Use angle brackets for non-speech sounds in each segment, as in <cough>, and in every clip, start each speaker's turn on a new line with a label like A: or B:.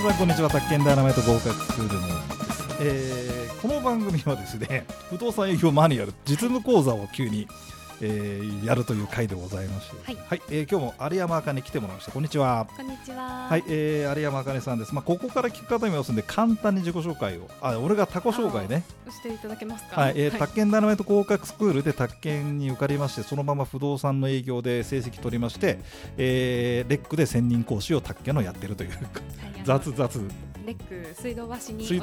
A: さんこんにちは宅建ダイナマイト合格スクールの、えー、この番組はですね不動産営業マニュアル実務講座を急に、えー、やるという回でございまして、
B: はい
A: えー今日も有山茜来てもらいましたこんにちは
B: こんにちは。
A: はい、えー、有山茜さんです、まあ、ここから聞く方もいますんで簡単に自己紹介をあ俺が他己紹介ね
B: していただけますか。
A: はい、えー
B: はい
A: 宅建ダイナマイト合格スクールで宅建に受かりましてそのまま不動産の営業で成績取りまして、えーレックで専任講師を宅建のやってるという
B: はい
A: 雑雑
B: レック水道橋におります。
A: 水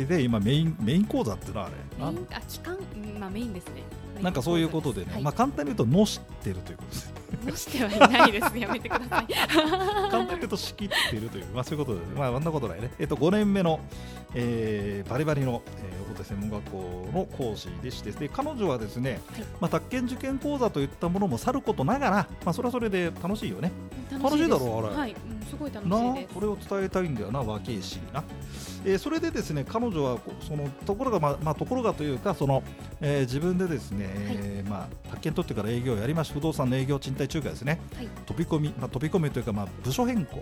A: 道橋で今メインメイン講座っていうのはあれ
B: メイ
A: な
B: ンあ期間うんまあメインですね。
A: なんかそういうことでね、
B: はい、
A: まあ簡単に言うとのしてるということです
B: <laughs> どうしてはいないです。やめてくだ
A: <laughs>
B: さい。
A: 簡単に言うと仕切ってるというまあそういうことですまあそんなことないねえっと5年目の、えーバリバリの、えー、大手専門学校の講師でしてで彼女はですね、
B: はい
A: まあ宅建受験講座といったものもさることながらまあそれはそれで楽しいよね楽しいだろあれ
B: はい、うんすごい楽
A: な
B: しいです。
A: これを伝えたいんだよな若いしな、えーそれでですね彼女はこそのところがまあ、まあ、ところがというかその、えー自分でですね、えーまあ宅建取ってから営業をやりました不動産の営業賃貸仲介ですね
B: はい、
A: 飛び込み、まあ、飛び込みというかまあ部署変更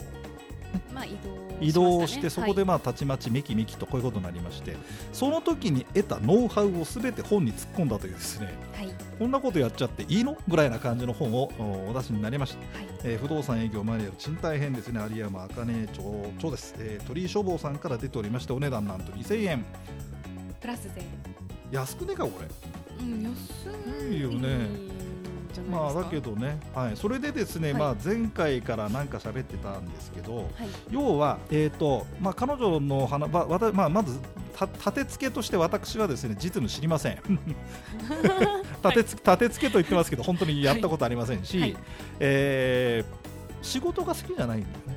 B: まあ移動
A: 移動して
B: し
A: そ
B: ま
A: こ
B: した
A: で
B: ね
A: まあたちまちめきめきとこういうことになりましてその時に得たノウハウをすべて本に突っ込んだというですね
B: はい、はい
A: こんなことやっちゃっていいのぐらいな感じの本をおお出しになりました。
B: はい
A: えー不動産営業マニュアル賃貸編ですね有山茜町長です、えー鳥居消防さんから出ておりましてお値段なんと2000円
B: プラス税。
A: 安くねえかこれ
B: うん安い
A: いいよね
B: じゃないですか。
A: まあだけ
B: ど
A: どね、はい、それでですね、
B: はい
A: まあ前回からなんか喋ってたんですけど <laughs>
B: はい
A: 要はえっ、とまあ彼女の話まあわたまあまずた立て付けとして私はですね実務知りません立てつ立て付けと言ってますけど本当にやったことありませんし、
B: はい
A: えー仕事が好きじゃないんだよね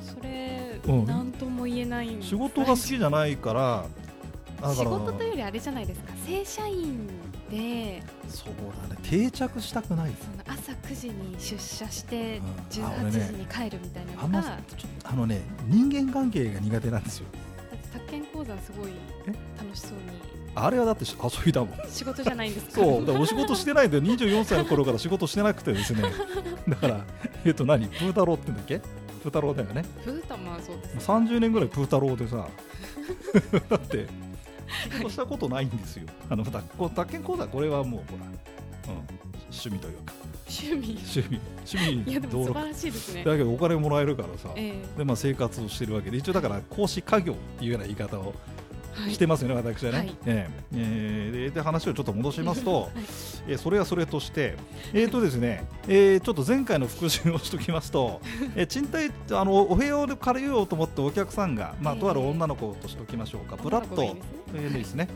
B: それ、
A: うん
B: なんとも言えないんです。
A: 仕事が好きじゃないからだか
B: 仕
A: ら
B: 事というよりあれじゃないですか正社員で
A: そうだね定着したくない
B: その朝9時に出社して
A: うんあ
B: 18
A: 俺
B: 時
A: ね
B: に帰るみたいな
A: あ
B: の
A: ん
B: が、
A: まちょあのね人間関係が苦手なんですよ
B: だって宅建講座すごい
A: え
B: 楽しそうに
A: あれはだってし遊びだもん
B: 仕事じゃないんですか
A: <laughs> そうだからお仕事してないんだよ24歳の頃から仕事してなくてですねだからえっと何プー太郎って言うんだっけプー太郎だよね
B: ふうたまはそうです
A: 30年ぐらいプー太郎でさ <laughs> だって仕事したことないんですよあのだこう宅建講座これはもうほら、うん、趣味というか
B: 趣味
A: 趣味趣
B: い
A: 味
B: やで
A: 登
B: も素
A: 録
B: 晴らしいですね
A: だけどお金もらえるからさ、
B: え
A: でまあ、生活をしてるわけで一応だから講師家業っていうような言い方を
B: えはい
A: してますよね、私はね、
B: はい
A: ええええでで話をちょっと戻しますと、
B: はい
A: えそれはそれとして、えーとですねえーちょっと前回の復習をしておきます
B: <laughs>
A: と、え賃貸あのお部屋を借りようと思ってお客さんが、まあ、
B: ええ
A: とある女の子としておきましょうか、ぶらっと、
B: 女の
A: え
B: 子がいいですね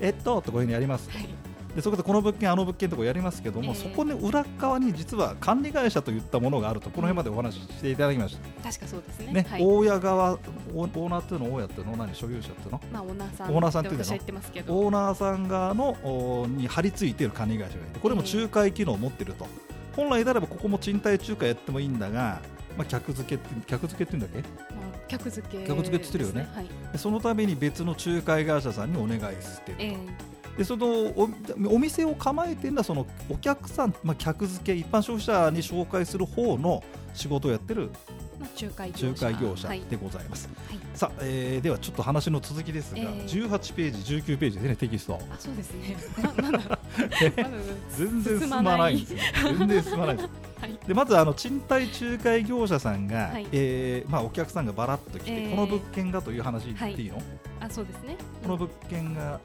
A: えいいですね、えっととこういうふうにやります、
B: はい
A: でそこでこの物件、あの物件とかやりますけども、
B: ええ
A: そこの裏側に実は管理会社といったものがあると、この辺までお話ししていただきました。
B: 確かそうですね
A: ね、
B: はい
A: 大家側オーオーナーっていうの大家っていうの何所有者っていうの
B: まあオーナーさん
A: オーナーさんって
B: っ
A: いうの
B: て私は言ってますけど
A: オーナーさん側のおーに張り付いている管理会社がいてこれも仲介機能を持っていると、本来であればここも賃貸仲介やってもいいんだが、まあ、客付けって客付けっていうんだっけ
B: まあ客付け
A: 客付けって言ってるよね
B: ですはい
A: でそのために別の仲介会社さんにお願いしてる
B: え
A: でそのおお店を構えてるのはそのお客さん、まあ、客付け一般消費者に紹介する方の仕事をやってる
B: えまあ仲介業者
A: 仲介業者
B: はい
A: でございます、
B: はい
A: さあ、えーではちょっと話の続きですが、
B: えー
A: 18ページ19ページですねテキスト
B: あそうですね
A: <laughs>
B: ままだまだ
A: 全然進
B: 進
A: ま
B: ま
A: な
B: ないい
A: んですよ全然
B: <laughs>
A: 進まないです
B: はい
A: でまずあの賃貸仲介業者さんが、
B: はい
A: えーまあ、お客さんがばらっと来て、
B: えー
A: この物件がという話言っていいの、
B: あそうですね
A: この物件が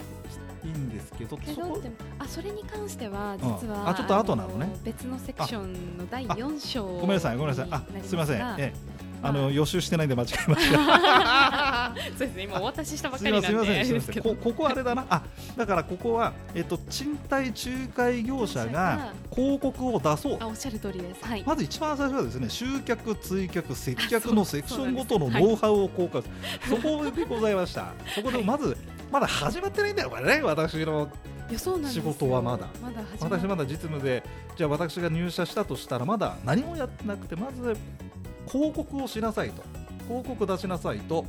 A: いいんですけど
B: け
A: そ
B: ど
A: こ
B: でもあそれに関しては実は、
A: うんあちょっと後なのね
B: 別のセクションの第4章
A: ごめんなさいごめんなさいあすみません、ええあの
B: よ
A: 予習してないんで間違えました
B: <laughs> そうですね今お渡ししたば
A: す
B: か
A: み
B: りな
A: ま
B: ん
A: せ
B: で
A: ん、すみません、すみませ
B: あれですけ
A: ん、
B: ど
A: こここあれだな、あだからここは、えっと、賃貸仲介業者が広告を出そう
B: あ、おっしゃる通りですはい、
A: まず一番最初はですね集客、追客、接客のセクションごとの
B: そうなんです
A: ノウハウを公開する、そこでございました、そこでまず、まだ始まってないんだよ、これね、私の、
B: いやそうなんですよ
A: 仕事はまだ
B: まだ始ま
A: 私
B: る
A: まだ実務で、じゃあ私が入社したとしたら、まだ何もやってなくて、まず広告をしなさいと、広告出しなさいと、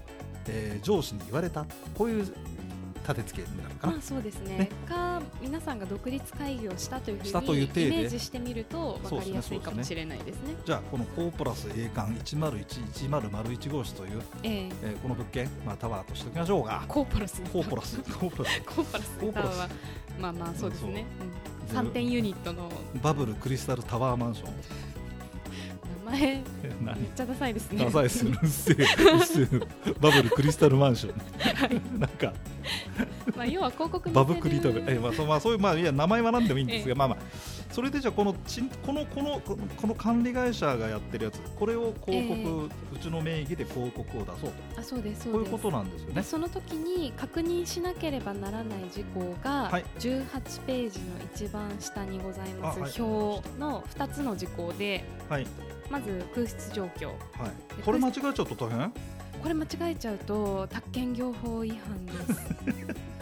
A: えー上司に言われた、こういう立て付けになるかな
B: まあ。そうですね
A: ね
B: か皆さんが独立会議をしたというふうに
A: したという体
B: イ
A: で
B: メージしてみると分かりやすいかもしれないですね。
A: じゃあこのコープラス栄冠101101号室という、
B: ええ
A: えーこの物件、まあ、タワーとしておきましょうが
B: コーポラス
A: コープラス <laughs> コープラス
B: コーポラス
A: コープ
B: タ
A: ラ
B: ワ
A: ス
B: ーはまあまあそうですね。うん
A: そう
B: 三点ユニットの
A: バブルクリスタルタワーマンション
B: 名前めっ
A: え <laughs> 何
B: ちゃダサいですね。
A: ダサいですよねうっせえうっせえバブルクリスタルマンションなんか
B: まあ要は広告に
A: バブクリと
B: と
A: か、えまあそうまあ、そういう、まあ、いや名前は何でもいいんですが、まあまあ、それでじゃあこのちんこのこのこのこの管理会社がやってるやつこれを広告、
B: え
A: うちの名義で広告を出そう
B: あそうで
A: と
B: すそ
A: こう
B: う
A: い
B: で
A: う
B: す。
A: ことなんですよね。
B: その時に確認しなければならない事項が
A: はい
B: 18ページの一番下にございます、
A: あはい
B: 表の2つの事項で
A: はい、
B: まず空室状況
A: はい、これ間違えちゃうと大変
B: これ間違えちゃうと宅建業法違
A: <laughs>
B: 反です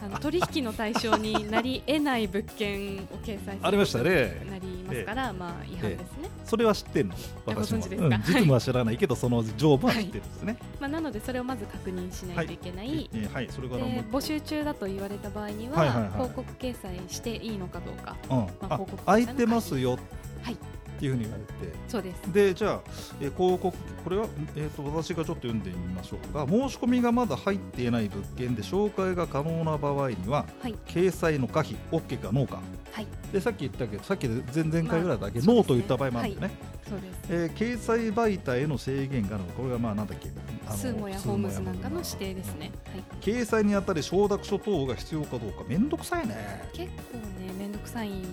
B: あの取引の対象になり得ない物件を掲載する
A: ありましたね
B: なりますから、まあ違反ですね、
A: それは知ってんの私も
B: ご存知です
A: う
B: か
A: ん実務は知らないけどその上部は知ってるんですね。
B: まあ、なのでそれをまず確認しないといけない、
A: ええはい、それか
B: で
A: らもう、うん
B: 募集中だと言われた場合には,、
A: はいはいはい
B: 広告掲載していいのかどうか
A: あ
B: 広告
A: 空いてますよ
B: はい
A: っていうふうに言われて。
B: そうです
A: でじゃあ、えー広告これは、えー、と私がちょっと読んでみましょうが申し込みがまだ入っていない物件で紹介が可能な場合には、
B: はい
A: 掲載の可否 OK かノーか、
B: はい
A: でさっき言ったけどさっきで前々回ぐらいだけ、
B: まあ
A: ノーと言った場合もあるんだよね、
B: そうです
A: えー掲載媒体への制限があるのかこれがまあなんだっけあの
B: スーモやホームズなんかの指定ですね、はい、
A: 掲載にあたり承諾書等が必要かどうかめんどくさいね
B: 結構ね面倒くさいんで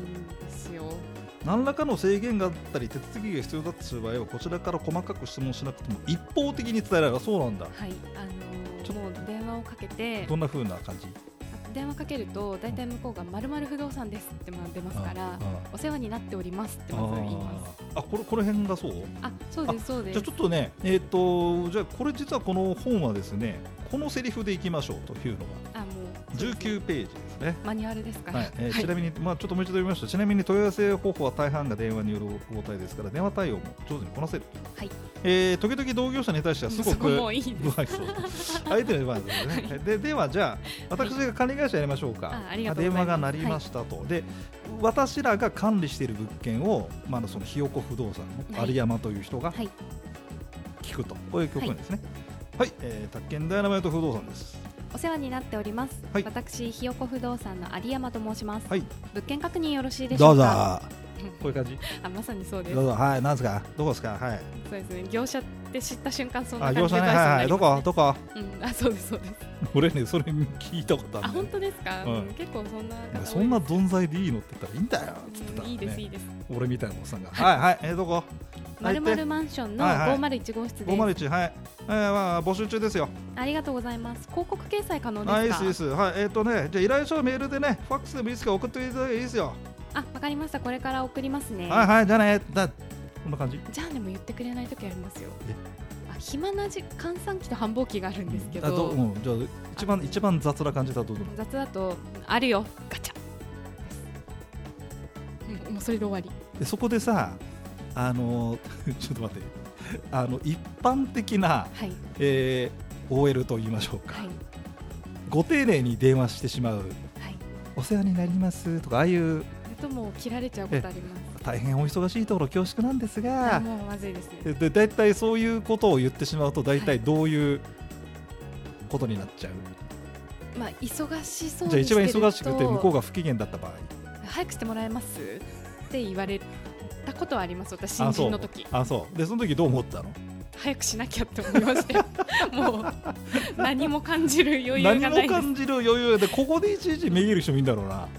B: すよ
A: 何らかの制限があったり手続きが必要だとする場合はこちらから細かく質問しなくても一方的に伝えられるあそうなんだ
B: はいあ
A: ちょ
B: のーもう電話をかけて
A: どんな風な感じ
B: あ電話かけると大体向こうが「まるまる不動産です」ってまあ出ますから「お世話になっております」ってまず言います
A: あこれこの辺がそう
B: あそうですそうで
A: じゃ
B: す
A: あちょっとねえっ、とじゃあこれ実はこの本はですねこのセリフでいきましょうというのが
B: あもうそうです
A: 19ページですね
B: マニュアルですから、
A: はいえーちなみに、まあ、ちょっともう一度言いましたちなみに問い合わせ方法は大半が電話による応対ですから電話対応も上手にこなせる、
B: はい
A: えー時々同業者に対してはすご
B: そこ
A: く
B: <laughs> もういいです
A: 不愛想相手の出番ですね、でではじゃあ私が管理会社やりましょうか、
B: あありがとうご
A: 電
B: ざ
A: 話
B: います
A: が鳴りましたと、で私らが管理している物件を、まあ、そのひよこ不動産の
B: はい
A: 有山という人が
B: はい
A: 聞くと、こういう局面ですねはい、えー、宅建ダイナマイト不動産です
B: お世話になっております、
A: はい
B: 私ひよこ不動産の有山と申します、
A: はい
B: 物件確認よろしいでしょうか
A: こういう感じ
B: あまさにそうです
A: どうぞはいなんですかどこですかはい
B: そうですね業者って知った瞬間そん
A: あ
B: な
A: 業
B: 感
A: 者ね
B: じで
A: はいは
B: バイソンにないり
A: ど
B: ます
A: こどこ
B: うん、あそうですそうです。
A: <laughs> 俺ねそれ聞いたことあ
B: あ
A: るんだよ
B: 本当ですか。
A: うん
B: 結構そんな方多い
A: お
B: で
A: 前
B: す
A: そんなどんざいでいいのって言ったらいいんだよっつってた
B: う
A: ら
B: ん
A: ね
B: いいですいいです。
A: 俺みたいなおっさんがはいはいえーどこ
B: まるまる
A: る
B: マンションの
A: はいはい
B: 501号室です。
A: 501はいえーまあ募集中ですよ
B: ありがとうございます。広告掲載可能ですか。
A: あいいですいいですはいえっ、とねじゃあ依頼書はメールでねファックスでもいいですけど送っていただいていいですよ、
B: あわかりました。これから送りますね。
A: はいはいじゃあねだこんな感じ
B: じゃあでも言ってくれない時ありますよ
A: え。
B: あ暇な時換算期と繁忙期があるんですけ
A: あう
B: ど、
A: ん、じゃあ一番一番雑な感じだとどうぞ
B: 雑だとあるよガチャ。うんもうそれで終わり。
A: でそこでさあのー <laughs> ちょっと待ってあの一般的な、
B: はい
A: えー OL と言いましょうか、
B: はい
A: ご丁寧に電話してしまう
B: はい。
A: お世話になりますとかああいう
B: それとも切られちゃうことあります。
A: 大変お忙しいところ恐縮なんです
B: あ
A: が
B: もうまずいですね。
A: でで大体そういうことを言ってしまうと大
B: は
A: 体どういうことになっちゃう、
B: まあ忙しそうに
A: じゃあ一番
B: して
A: 忙し
B: ると
A: くて向こうが不機嫌だった場合
B: 早くしてもらえますって言われたことはあります私新人の時
A: あそうでその時どう思ったの
B: 早くしなきゃって思いま
A: <laughs>
B: したよもう何も感じる余裕
A: 何
B: が
A: も
B: ないです
A: 感じる余裕でここでいちいちめげる人もいいんだろうな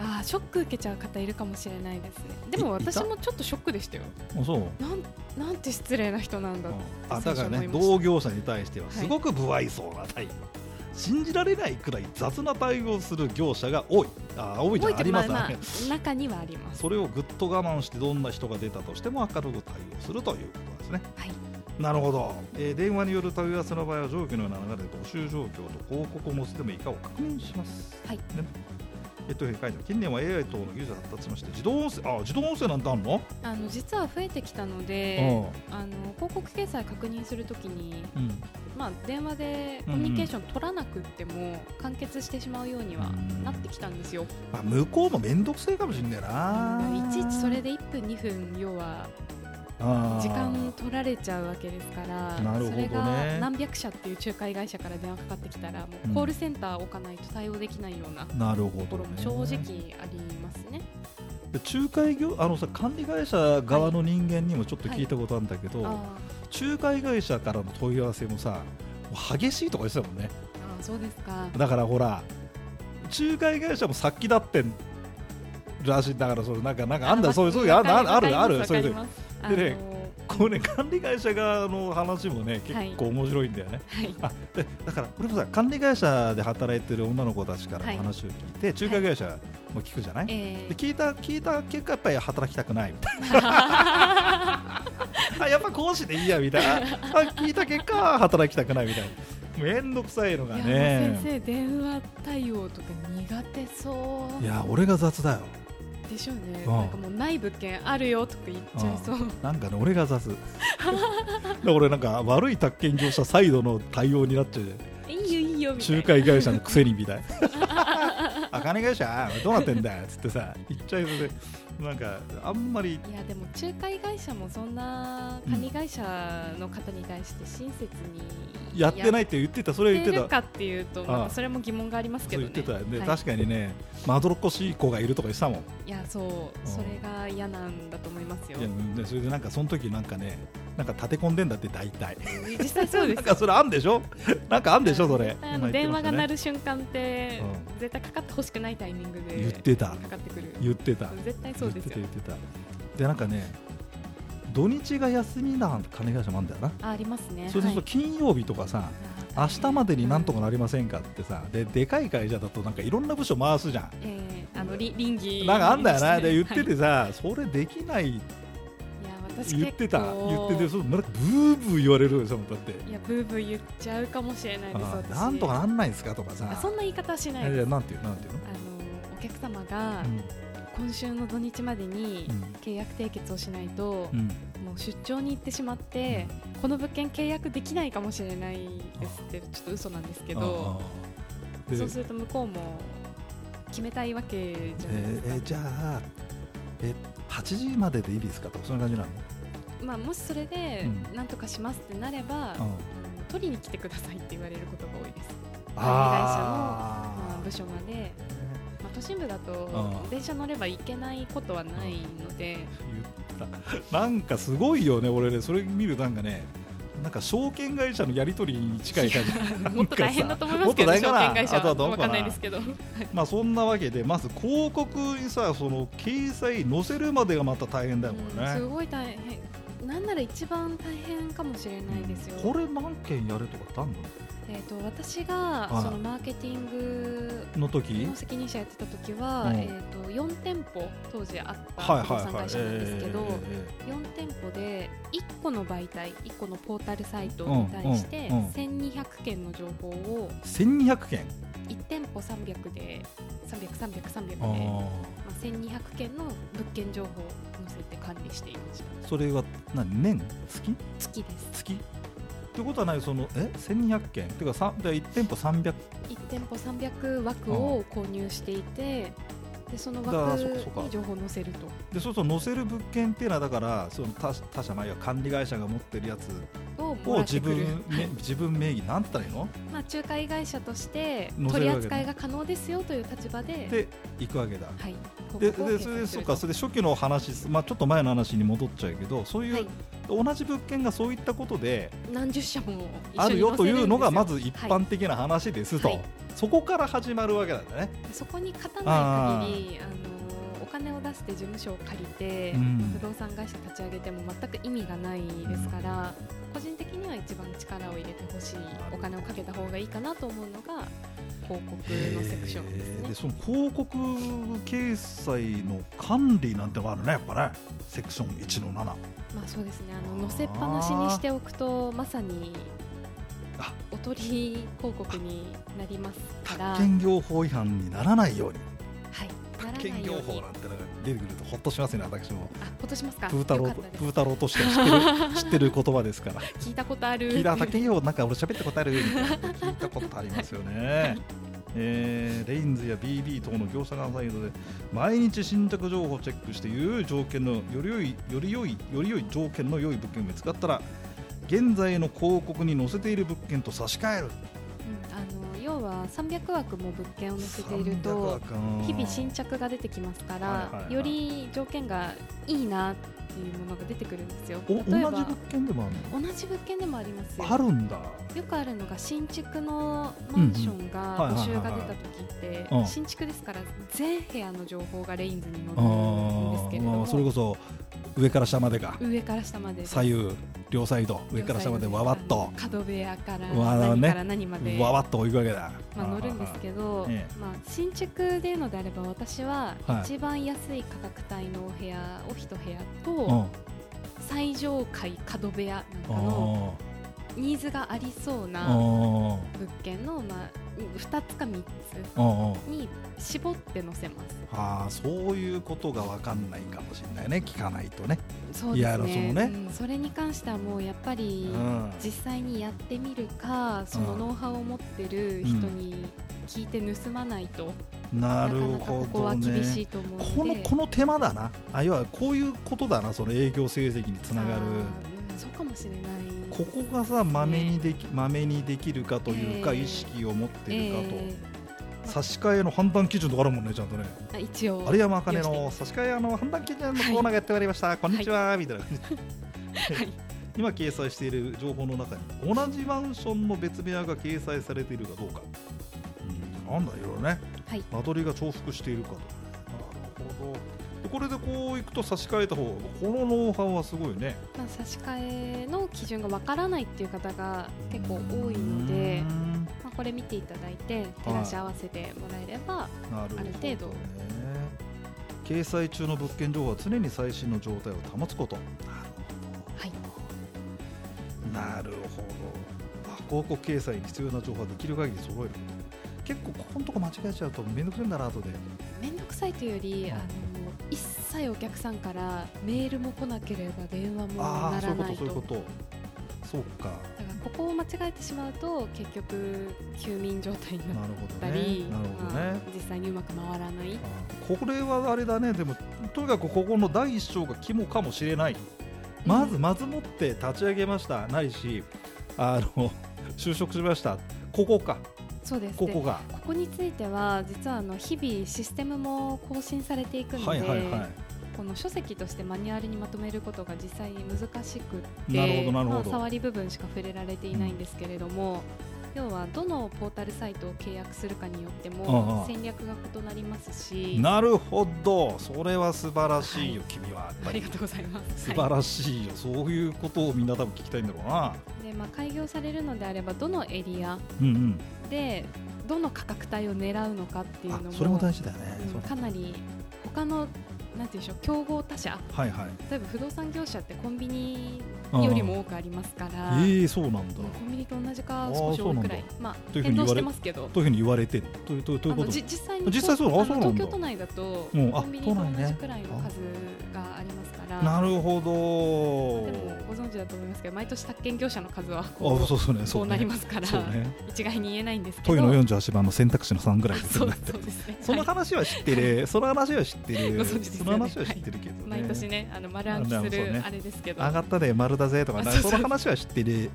B: あーショック受けちゃう方いるかもしれないですねでも
A: いいた
B: 私もちょっとショックでしたよ
A: あそう、
B: なんなんて失礼な人なんだ、
A: あだから
B: 最初思
A: ね
B: いました
A: 同業者に対しては
B: はい
A: すごく不愛想な対応、信じられないくらい雑な対応をする業者が多いあ多いじゃん
B: 覚え
A: あ
B: て
A: り
B: ま
A: ま
B: あ
A: す、
B: ま
A: あ
B: あ中にはあります
A: それをぐっと我慢してどんな人が出たとしても明るく対応するということですね。
B: はい
A: なるほど、えー電話による問い合わせの場合は上記のような流れで募集状況と広告を載せてもいいかを確認します。
B: はい
A: ねえっと、会長近年は AI 等の技術が発達しまして自動音声あ自動音声なんてあるの、
B: あの実は増えてきたので、あの広告掲載確認するときに、
A: うんうん
B: まあ、電話でコミュニケーション取らなくっても完結してしまうようにはなってきたんですよ。
A: まあ、向こうも面倒くせえかもしんねえな、
B: いちいちそれで1分2分要は時
A: 時
B: 間取られちゃうわけですから、
A: なるほど
B: そ
A: ね
B: れが何百社っていう仲介会社から電話かかってきたらも
A: うん
B: うコールセンター置かないと対応できないようなと
A: なるほ
B: こ
A: ど、
B: ろ
A: ね
B: も、正直ありますね。
A: で仲介業あのさ管理会社側の人間にもちょっと聞いたことあるんだけど、
B: あ
A: 仲介会社からの問い合わせもさもう激しいとか言ってたもんね
B: ーあーそうですか。
A: だからほら仲介会社も殺気だってんらしいんだからそれなんかなんかあんだよそういうそういうあるあるあるあるそういうそういう
B: う
A: でねこれね管理会社側の話もね
B: はい
A: 結構面白いんだよね、 <laughs>
B: はい、
A: あでだから俺もさ管理会社で働いてる女の子たちから
B: はい
A: の話を聞いて、仲介会社も聞くじゃない、
B: え
A: で聞いた聞いた結果やっぱり働きたくないみたいなあやっぱ講師でいいやみたいなあ聞いた結果働きたくないみたいな面倒くさいのが
B: ー、
A: ね
B: 山先生電話対応とか苦手そう
A: いや俺が雑だよ
B: でしょうね。
A: うん
B: なんかもうない物件あるよとか言っちゃいそう。
A: なんかね俺が雑 <laughs> だから俺なんか悪い宅建業者サイドの対応になっちゃうじゃん
B: いいよいいよみたいな。
A: 仲介会社のくせにみたいなあ金会社どうなってんだよっつってさ言っちゃいそうでなんかあんまり
B: いやでも仲介会社もそんな管理会社の方に対して親切に
A: やってないいって言ってたそれ
B: や
A: は言
B: っ
A: って
B: て
A: た
B: るかっていうと
A: ああ
B: まあそれも疑問がありますけ
A: そう
B: ど
A: 言
B: ね
A: ってたよね、
B: はい
A: 確かにねまどろっこしい子がいるとか言ってたもん
B: いやそうそれが嫌なんだと思いますよ
A: いやでそれでなんかその時なんかねなんか立て込んでんだって大体
B: 実際そうで
A: なん
B: す
A: かそれあんでしょなんかあんでしょそれ
B: あの電話が鳴
A: る
B: る瞬間って
A: う
B: 絶対かかってほしくないタイミングで
A: 言ってた
B: かかってくる
A: 言ってた
B: 絶対そうですよ
A: 言ってた言ってたでなんかね土日が休みなんて金会社もあんだよな、
B: あありますね
A: そうすると
B: はい
A: 金曜日とかさ、明日までになんとかなりませんかってさででかい会社だとなんかいろんな部署回すじゃん
B: えーあのり倫理
A: なんかあんだよなで言っ
B: は
A: て
B: い
A: てさ、それできない
B: いや私
A: 言ってた
B: 結構
A: 言っててそうなんかブーブー言われるよそのだって
B: いやブーブー言っちゃうかもしれないです
A: あ
B: 私
A: ーなんとかなんないんですかとか
B: あ
A: さ
B: そんな言い方はしな
A: い
B: いです
A: やなんていうなんていうの
B: あのお客様が
A: うん
B: 今週の土日までに
A: うん
B: 契約締結をしないと、
A: うん
B: もう出張に行ってしまって、この物件契約できないかもしれないですってちょっと嘘なんですけど
A: あー
B: そう
A: です
B: ると向こうも決めたいわけじ
A: え
B: ゃないです
A: ー
B: か、
A: えーじゃあえ8時まででいいですかとかそんな感じなの
B: まあ、もしそれで
A: うん
B: なんとかしますってなれば、
A: うん
B: 取りに来てくださいって言われることが多いです、
A: あ
B: まあ、
A: ー
B: 部署までまあ、都心部だと
A: ああ
B: 電車乗れば行けないことはない
A: <laughs>
B: の
A: 言
B: で、
A: った <laughs> なんかすごいよね俺ねそれ見るとなんかねなんか証券会社のやり取りに近い感じなんかさ
B: もっと大変だと思いますけど、
A: も
B: ね、
A: っ
B: 証
A: と
B: 券
A: 大変
B: 会
A: か
B: 社
A: なあと
B: は
A: はどう
B: 分かんない
A: な
B: ですけど、
A: まあそんなわけでまず広告にさその掲載載せるまでがまた大変だよね、
B: うんすごい大変、なんなら一番大変かもしれないですよ。
A: これ何件やるとかってあんの
B: えー、と私
A: は
B: が
A: い
B: そのマーケティング
A: の時
B: の責任者やってた時は、
A: うん
B: えー、と4店舗当時あった
A: はい
B: 不動
A: はい
B: 産
A: はい
B: 会社なんですけど、
A: え
B: 4店舗で1個の媒体1個のポータルサイトに対して
A: うんうんうん
B: 1200件の情報を
A: え1200件
B: 1店舗300で300300、300で、
A: あ
B: まあ、
A: ー
B: 1200件の物件情報を載せて管理していました
A: それは何年月
B: 月です
A: 月ってことはないそのえ1200件っていうかさで1店舗300
B: 1店舗300枠を購入していてでその
A: だか
B: 枠
A: らそっかそっか
B: に情報を載せると
A: でそうすると載せる物件っていうのはだからその他他社まあいわゆる管理会社が持ってるやつ
B: をも
A: を
B: らって
A: 自
B: くる
A: 分、ね、自分名義なんて言ったらいいの
B: まあ、仲介会社として
A: 載せ
B: 取
A: る
B: り
A: わけね
B: 扱いが可能ですよという立場で
A: で行くわけだ
B: はい、
A: で
B: 広告を
A: で
B: 掲載
A: それですそう
B: る
A: かそれで初期の話す、まあ、ちょっと前の話に戻っちゃうけどそういう、
B: はい
A: 同じ物件がそういったことで
B: 何十社も一
A: あ
B: 緒に載せるんです
A: る
B: よ
A: よというのがまず一般的な話ですと、
B: はい
A: そこから始まるわけなんだね。
B: そこに勝たない限りあのお金を出して事務所を借りて、不動産会社立ち上げても全く意味がないですから、個人的には一番力を入れてほしいお金をかけた方がいいかなと思うのが広告のセクションです
A: へー
B: ね
A: で。その広告掲載の管理なんてのあるねやっぱねセクション1の7
B: まあそうですねあ
A: あ
B: の
A: ー
B: 載せっぱなしにしておくとまさに
A: あ
B: おとり広告になりますから、は
A: 宅建業法違反にならないように
B: い、
A: 宅建業法なんてのが出てくるとほっとしますね私も
B: あほっとしますか
A: プータロー
B: よか
A: と
B: ったです
A: プータローとして
B: <laughs>
A: は知ってる知ってる言葉ですから
B: 聞いたことある
A: 聞いた宅建業法なんか俺喋ったことあるみたいなこと聞いたことありますよね、
B: <laughs>
A: えーレインズや BB 等の業者間サイトで毎日新着情報をチェックしてより良い条件のより良いより良いより良い条件の良い物件が見つかったら現在の広告に載せている物件と差し替える
B: うんあの要は300枠も物件を載せていると日々新着が出てきますから、
A: はいはいはい
B: より条件がいいなっていうものが出てくるんですよ
A: お
B: 例
A: 同じ
B: えば
A: 物件でもある
B: 同じ物件でもありますよ
A: のあるんだ
B: よくあるのが新築のマンション
A: うんうん
B: が募集が出た時って
A: うん
B: 新築ですから全部屋の情報がレインズに載
A: あ
B: るんですけれど
A: ー
B: も
A: それこそ上から下までか
B: 上から下まで
A: 左右両サイド上から下までわわっと
B: 角部屋から
A: わら
B: 何
A: ね
B: から何まで
A: わわっと追いかけだ
B: まあ、乗るんですけど、
A: ええ
B: まあ、新築でいうのであれば私は
A: はい
B: 一番安い価格帯のお部屋を一部屋
A: う
B: と
A: ん
B: 最上階角部屋なんかの
A: あ
B: ニーズがありそう
A: あ
B: な
A: あ
B: 物件の、まあ、2つか3
A: ああ
B: つに絞って載せます。
A: ああそういうことが分かんないかもしれないね聞かないとね、
B: そう
A: い
B: で
A: や
B: す
A: その
B: ね
A: ね
B: うんそれに関してはもうやっぱ
A: う
B: り
A: ん、
B: 実際にやってみるかそのノウハウを持ってる人に聞いて盗まないと、
A: なる
B: なかなか
A: ほ
B: ここ
A: ど
B: は厳し
A: ね
B: いと思うので
A: このこの手間だなあ要はこういうことだなその営業成績につながる
B: あーうんそうかもしれない
A: ここがさまめにできまめにできるかというか、
B: ええ
A: 意識を持ってるかと、
B: え
A: 差し替えの判断基準とかあるもんねちゃんとね
B: えあ一応
A: 有山あかねの差し替えあの判断基準のコーナーがやってまいりました、こんにちは、みたいな感じで
B: はい
A: <laughs> 今掲載している情報の中に同じマンションの別部屋が掲載されているかどうか、うん、なんだいろいろね、
B: はい
A: 間取りが重複しているかとなるほどでこれでこういくと差し替えた方がこのノウハウはすごいね
B: まあ、差し替えの基準がわからないっていう方が結構多いので、まあ、これ見ていただいて照らし合わせてもらえれば、
A: うーんなるほど、ね、
B: ある程度
A: 掲載中の物件情報は常に最新の状態を保つこと
B: はい
A: なるほどあ広告掲載に必要な情報はできる限り揃える結構ここのとこ間違えちゃうと面倒くさいんだな後で
B: 面倒くさいというより、
A: うん
B: あの一切お客さんからメールも来なければ電話も
A: ああ
B: な
A: そうい
B: ら
A: うこ
B: な
A: とそ
B: い。
A: ういうこととそうか
B: だからここを間違えてしまうと結局休眠状態になっ
A: なるほど
B: た
A: ね
B: り、
A: なるほどね
B: まあ、実際にうまく回らない
A: あこれはあれだねでもとにかくここの第一章が肝かもしれないまずまずもって立ち上げましたないしあの <laughs> 就職しましたここか
B: そうです
A: こ
B: で
A: こが
B: ここについては実はあの日々システムも更新されていくので、
A: はいはいは
B: この書籍としてマニュアルにまとめることが実際に難しく
A: い
B: て
A: なるほどなるほ
B: まあ
A: ど、
B: 触り部分しか触れられていないんですけれども、要はどのポータルサイトを契約するかによって
A: ああ
B: も戦略が異なりますし
A: なるほどそれは素晴らしいよ、君はやっ
B: あ
A: ぱ
B: り
A: り
B: がとうございます。
A: 素晴
B: は
A: らしいよ、そういうことをみんな多分聞きたいんだろうな。
B: いでまあ、開業されるのであればどのエリア
A: うん
B: でどの価格帯を狙うのかっていうのも
A: 事だよね
B: うんかなり他のなんていうんでしょう競合他社
A: はいはい。
B: 例えば不動産業者ってコンビニ
A: うん
B: よりも多くありますから、
A: ええそうなんだ。
B: コンビニと同じか
A: あー
B: 少し多いくらい
A: そう
B: まあ
A: というふうに
B: 変
A: 言
B: 動
A: わ
B: し
A: れ
B: てますけど
A: というふうに言われてる、というというというこ
B: あの
A: と。
B: じ実際に
A: 実際そうあ
B: あの
A: そうなんだ
B: 東京都内だと、
A: うんあ
B: コンビニと同
A: 都内ね
B: じくらいの数がありますから
A: なるほ
B: でもご
A: ど。
B: 存知だと思いますけど毎年宅建業者の数はこう
A: あ、そうそうね、
B: こ
A: そうう
B: なり
A: ね。
B: ますから、
A: そうね。
B: 一概に言えないんですけ
A: トイ
B: ど
A: レの四十八番の選択肢の三ぐら
B: あ
A: いです
B: そ
A: よ
B: う
A: ね。
B: そうですね
A: その
B: はい
A: 話は知ってる、その話は知って
B: ご
A: る、
B: 存知です
A: そ
B: よね
A: の話は知ってるけどね。
B: 毎年ねあの丸暗記
A: あ
B: す
A: そうね
B: るあれですけど
A: 上がったで丸だぜとか、
B: あ
A: な
B: そうそ
A: そうの話は知ってる。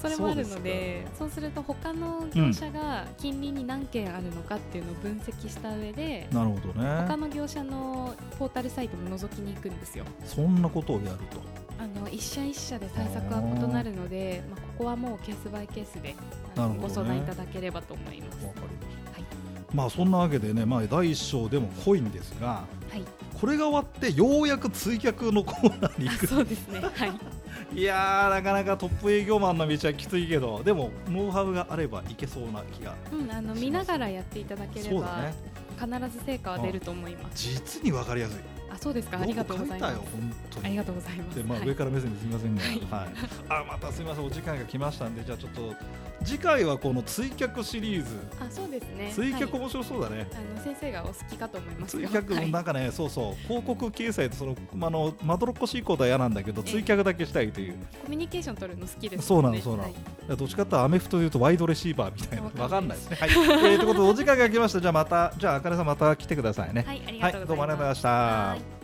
B: それもあるのでそうすると他の業者が近隣に何件あるのかっていうのを分析した上で、
A: なるほどね。
B: 他の業者のポータルサイトも覗きに行くんですよ
A: そんなことをやると。
B: あの一社一社で対策は異なるので、まあ、ここはもうケースバイケースであの
A: なるほどね
B: ご相談いただければと思います。
A: わかりました、
B: はい
A: まあそんなわけでね、まあ、第一章でも濃いんですが
B: はい、
A: これが終わってようやく追客のコーナーに
B: あ
A: 行
B: そうです <laughs> ね、はい、
A: くいやーなかなかトップ営業マンの道はきついけどでもノウハウがあればいけそうな気が
B: うん、あの見ながらやっていただけれ
A: そうだ
B: ば
A: ね、
B: 必ず成果は出ると思います。
A: 実にわかりやすい
B: あ、そうですか、ありがとうございま
A: よ
B: す
A: く。書いたよ本当に
B: ありがとうございます。
A: でまあ、
B: はい
A: 上から目線ですみませんが、
B: は
A: はいいあまたすみません、お時間が来ましたんで、じゃあちょっと次回はこの追客シリーズ
B: あそうですね
A: 追客面白そうだね、
B: はいあの先生がお好きかと思います
A: 追客
B: はい
A: なんかね、そうそう広告掲載とそのあのまどろっこしいことは嫌なんだけど
B: ええ
A: 追客だけしたいという、
B: コミュニケーション取るの好きです、ね、
A: そうなのそうなの
B: はい
A: どっちかっていうとアメフトでいうとワイドレシーバーみたいな
B: わ
A: わか
B: か
A: ん
B: ん
A: な
B: ないい
A: で
B: です
A: ね。はい、えーということでお時間が来ましたじゃあまたじゃああかねさんまた来てくださいね。
B: はい、ありがとう
A: どう
B: ご
A: もあ
B: ざ
A: り
B: い
A: がとうござい
B: ま
A: まし
B: したた。はい